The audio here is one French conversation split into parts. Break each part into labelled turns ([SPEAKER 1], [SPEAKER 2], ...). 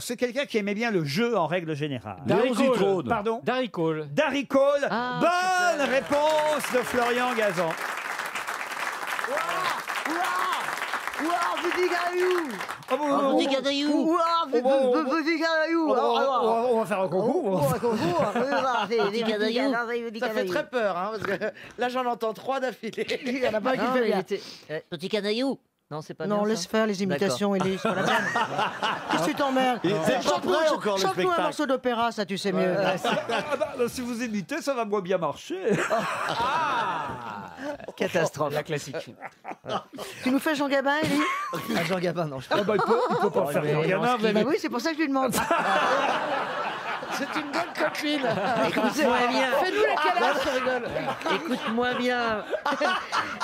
[SPEAKER 1] c'est quelqu'un qui aimait bien le jeu en règle générale.
[SPEAKER 2] Darry Léon Cole. Zitrone.
[SPEAKER 1] Pardon
[SPEAKER 2] Darry Cole.
[SPEAKER 1] Darry Cole. Bonne réponse de Florian Gazan.
[SPEAKER 3] Ouah, vous dites gaillou
[SPEAKER 1] Oh, bon, bon,
[SPEAKER 3] vous dites
[SPEAKER 1] bon.
[SPEAKER 3] gaillou Ouah, vous-
[SPEAKER 1] Oh, bon,
[SPEAKER 3] vous-
[SPEAKER 1] bon.
[SPEAKER 3] vous dites gaillou
[SPEAKER 1] On va-
[SPEAKER 3] Alors, alors.
[SPEAKER 1] on va- on va faire un concours.
[SPEAKER 3] Oh, un concours, on va voir, c'est-
[SPEAKER 4] Vous
[SPEAKER 3] vous
[SPEAKER 4] dites
[SPEAKER 3] dites
[SPEAKER 4] gaillou.
[SPEAKER 3] gaillou, vous dites
[SPEAKER 4] Ça fait
[SPEAKER 3] gaillou.
[SPEAKER 4] très peur, hein, parce que là j'en entends trois d'affilée.
[SPEAKER 3] Ah Il y en a pas un qui
[SPEAKER 4] Non,
[SPEAKER 3] fait
[SPEAKER 4] mais
[SPEAKER 3] bien.
[SPEAKER 4] il était- Petit canaillou Non, c'est pas
[SPEAKER 3] Non,
[SPEAKER 4] bien,
[SPEAKER 3] laisse
[SPEAKER 4] ça.
[SPEAKER 3] faire les imitations,
[SPEAKER 4] D'accord.
[SPEAKER 3] il est sur la table. Qu'est-ce que tu t'emmerdes
[SPEAKER 4] Il était pas
[SPEAKER 3] Chante-nous-
[SPEAKER 4] prêt encore, le
[SPEAKER 3] Chante-nous un
[SPEAKER 4] spectacle.
[SPEAKER 3] morceau d'opéra, ça tu sais mieux.
[SPEAKER 1] Ah, bah, bah, si vous imitez, ça va moins bien marcher.
[SPEAKER 3] Catastrophe.
[SPEAKER 2] La classique.
[SPEAKER 3] Tu nous fais Jean Gabin, Elie
[SPEAKER 4] Ah, Jean Gabin, non. je-
[SPEAKER 1] Ah, bah, il, peut, il peut pas faire
[SPEAKER 2] mais
[SPEAKER 1] rien.
[SPEAKER 2] non,
[SPEAKER 1] hein, vous avez-
[SPEAKER 3] Bah oui, c'est pour ça que je lui demande.
[SPEAKER 4] C'est une bonne coquine.
[SPEAKER 3] Écoute-moi bien.
[SPEAKER 4] Fais-nous la calage, je rigole.
[SPEAKER 3] Écoute-moi bien.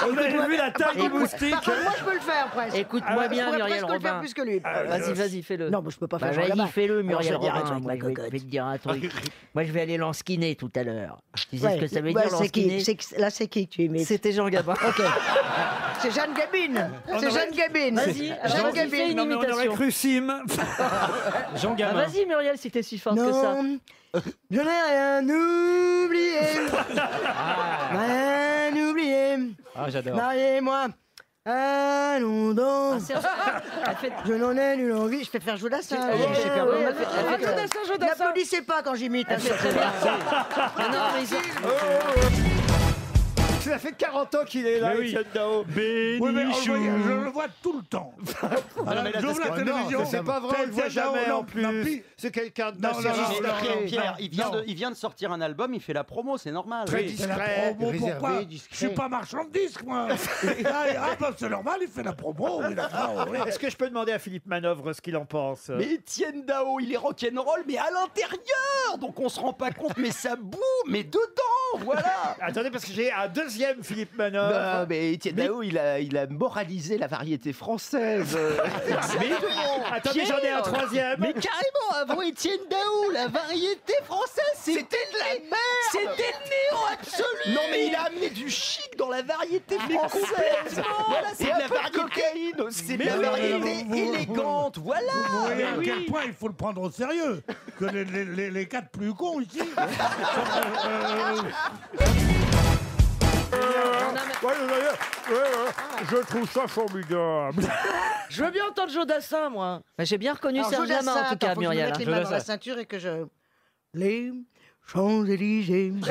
[SPEAKER 1] Vous avez vu la taille du
[SPEAKER 3] Par
[SPEAKER 1] moustique
[SPEAKER 3] contre, moi, je peux le faire presque.
[SPEAKER 4] Écoute-moi
[SPEAKER 3] Je pourrais presque le faire plus que lui.
[SPEAKER 4] Vas-y, vas-y, fais-le.
[SPEAKER 3] Non, mais je peux pas
[SPEAKER 4] Bah,
[SPEAKER 3] faire Jean Gabin.
[SPEAKER 4] vas-y, fais-le, Muriel
[SPEAKER 3] Alors, je vais dire un
[SPEAKER 4] Robin.
[SPEAKER 3] truc,
[SPEAKER 4] Moi,
[SPEAKER 3] ma
[SPEAKER 4] je vais-
[SPEAKER 3] cocotte.
[SPEAKER 4] je vais te dire un truc. Moi, je vais aller lanskiner tout à l'heure. Tu sais
[SPEAKER 3] Ouais.
[SPEAKER 4] ce que ça veut
[SPEAKER 3] Ouais,
[SPEAKER 4] dire,
[SPEAKER 3] c'est qui
[SPEAKER 4] lanskiner
[SPEAKER 3] C'est que- Là, c'est qui que tu imites
[SPEAKER 4] C'était Jean Gabin.
[SPEAKER 3] Ok. C'est Jeanne Gabine. C'est Jeanne Gabine.
[SPEAKER 4] Vas-y,
[SPEAKER 3] Jeanne
[SPEAKER 4] vas-y, fais
[SPEAKER 3] Gabine.
[SPEAKER 4] une
[SPEAKER 1] Non, mais on aurait
[SPEAKER 4] imitation.
[SPEAKER 1] cru Sim.
[SPEAKER 2] Jean
[SPEAKER 4] Bah,
[SPEAKER 2] Gabin.
[SPEAKER 4] Vas-y, Muriel, si t'es si forte que ça.
[SPEAKER 3] Non, je n'ai rien oublié. Ah. Rien oublié.
[SPEAKER 2] Ah, j'adore.
[SPEAKER 3] Mariez-moi. Allons donc.
[SPEAKER 4] C'est- Elle fait-
[SPEAKER 3] Je n'en ai nulle envie. Je peux faire Jodas. Hein,
[SPEAKER 4] Ouais,
[SPEAKER 3] je sais pas.
[SPEAKER 4] ouais, Ah, elle fait-
[SPEAKER 3] Ah,
[SPEAKER 4] elle fait-
[SPEAKER 3] Jodassin, Jodassin. N'applaudissez pas quand j'imite. hein, c'est très bien.
[SPEAKER 4] Ah non, mais ils ont-
[SPEAKER 1] Ça fait 40 ans qu'il est là,
[SPEAKER 2] Mais oui.
[SPEAKER 1] Étienne Dao.
[SPEAKER 5] Oui, mais on le voyait, je le vois tout le temps.
[SPEAKER 1] Ah
[SPEAKER 5] J'ouvre la télévision.
[SPEAKER 1] C'est pas vrai, on le voit
[SPEAKER 5] Tel-
[SPEAKER 1] jamais
[SPEAKER 5] non,
[SPEAKER 1] en
[SPEAKER 5] non,
[SPEAKER 1] plus.
[SPEAKER 5] puis-
[SPEAKER 1] C'est quelqu'un
[SPEAKER 5] Non, non, non,
[SPEAKER 1] d'assez
[SPEAKER 5] non, non, non,
[SPEAKER 6] Pierre, Pierre,
[SPEAKER 5] non,
[SPEAKER 6] il, vient
[SPEAKER 5] non.
[SPEAKER 6] de, il vient de sortir un album, il fait la promo, c'est normal.
[SPEAKER 1] Très
[SPEAKER 5] C'est la
[SPEAKER 1] discret.
[SPEAKER 5] promo,
[SPEAKER 6] réservé,
[SPEAKER 5] Oh, pourquoi
[SPEAKER 6] discret.
[SPEAKER 5] Je suis pas marchand de disques, moi. ah, ah, bah, c'est normal, il fait la promo. oui, d'accord, oui.
[SPEAKER 1] Est-ce que je peux demander à Philippe Manœuvre ce qu'il en pense
[SPEAKER 6] Mais Étienne Dao, il est rock'n'roll, mais à l'intérieur Donc on se rend pas compte, mais ça boue, mais dedans, voilà
[SPEAKER 1] Ah, Attendez, parce que j'ai un deuxième Philippe
[SPEAKER 6] Non,
[SPEAKER 5] Bah,
[SPEAKER 1] Manœuvre. Ah,
[SPEAKER 6] mais Étienne Dao, il a, il a moralisé la variété française.
[SPEAKER 5] bah,
[SPEAKER 1] Attendez, j'en ai un troisième. Ah,
[SPEAKER 6] Mais carrément, avant Étienne Dao, la variété française, c'était de la merde C'était le néo absolu Non mais il a amené du chic dans la variété française Voilà, c'est de la variété C'est de la
[SPEAKER 5] non,
[SPEAKER 6] variété
[SPEAKER 5] non, non,
[SPEAKER 6] élégante, voilà
[SPEAKER 5] Vous voyez à quel point il faut le prendre au sérieux. Que les, les- les- les quatre plus cons ici.
[SPEAKER 1] Ouais, ouais, ouais, ouais, ouais. Je trouve ça formidable.
[SPEAKER 4] Je veux bien entendre Jodassin, moi. Mais j'ai bien reconnu
[SPEAKER 3] Alors,
[SPEAKER 4] Serge
[SPEAKER 3] Jodassin,
[SPEAKER 4] Lama, en tout
[SPEAKER 3] attends,
[SPEAKER 4] cas,
[SPEAKER 3] faut que je me
[SPEAKER 4] Muriel.
[SPEAKER 3] mette
[SPEAKER 4] hein.
[SPEAKER 3] les mains dans la
[SPEAKER 2] Jodassin.
[SPEAKER 3] ceinture et que je... Les Champs-Élysées.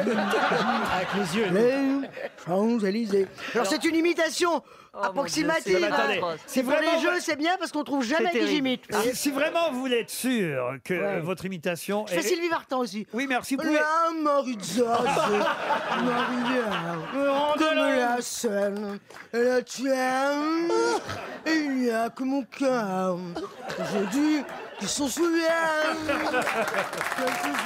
[SPEAKER 2] Avec les yeux.
[SPEAKER 3] Les Champs-Élysées. Alors, c'est une imitation approximative.
[SPEAKER 4] Oh, Dieu, c'est
[SPEAKER 3] hein.
[SPEAKER 4] atroce.
[SPEAKER 3] Mais
[SPEAKER 1] C'est
[SPEAKER 3] pour les
[SPEAKER 1] bah, vraiment-
[SPEAKER 3] jeux, c'est bien parce qu'on trouve jamais qui
[SPEAKER 4] terrible.
[SPEAKER 3] j'imite.
[SPEAKER 1] Si, si vraiment vous voulez être sûr que euh, votre imitation
[SPEAKER 2] Eh
[SPEAKER 3] Je fais
[SPEAKER 1] est...
[SPEAKER 3] Sylvie Vartan aussi.
[SPEAKER 1] Oui, merci. Vous pouvez...
[SPEAKER 3] La Maritza, c'est ma rivière, comme la Seine, et la tienne, et il n'y a que mon cœur. J'ai dû qu'ils s'en souviennent. Quelquefois,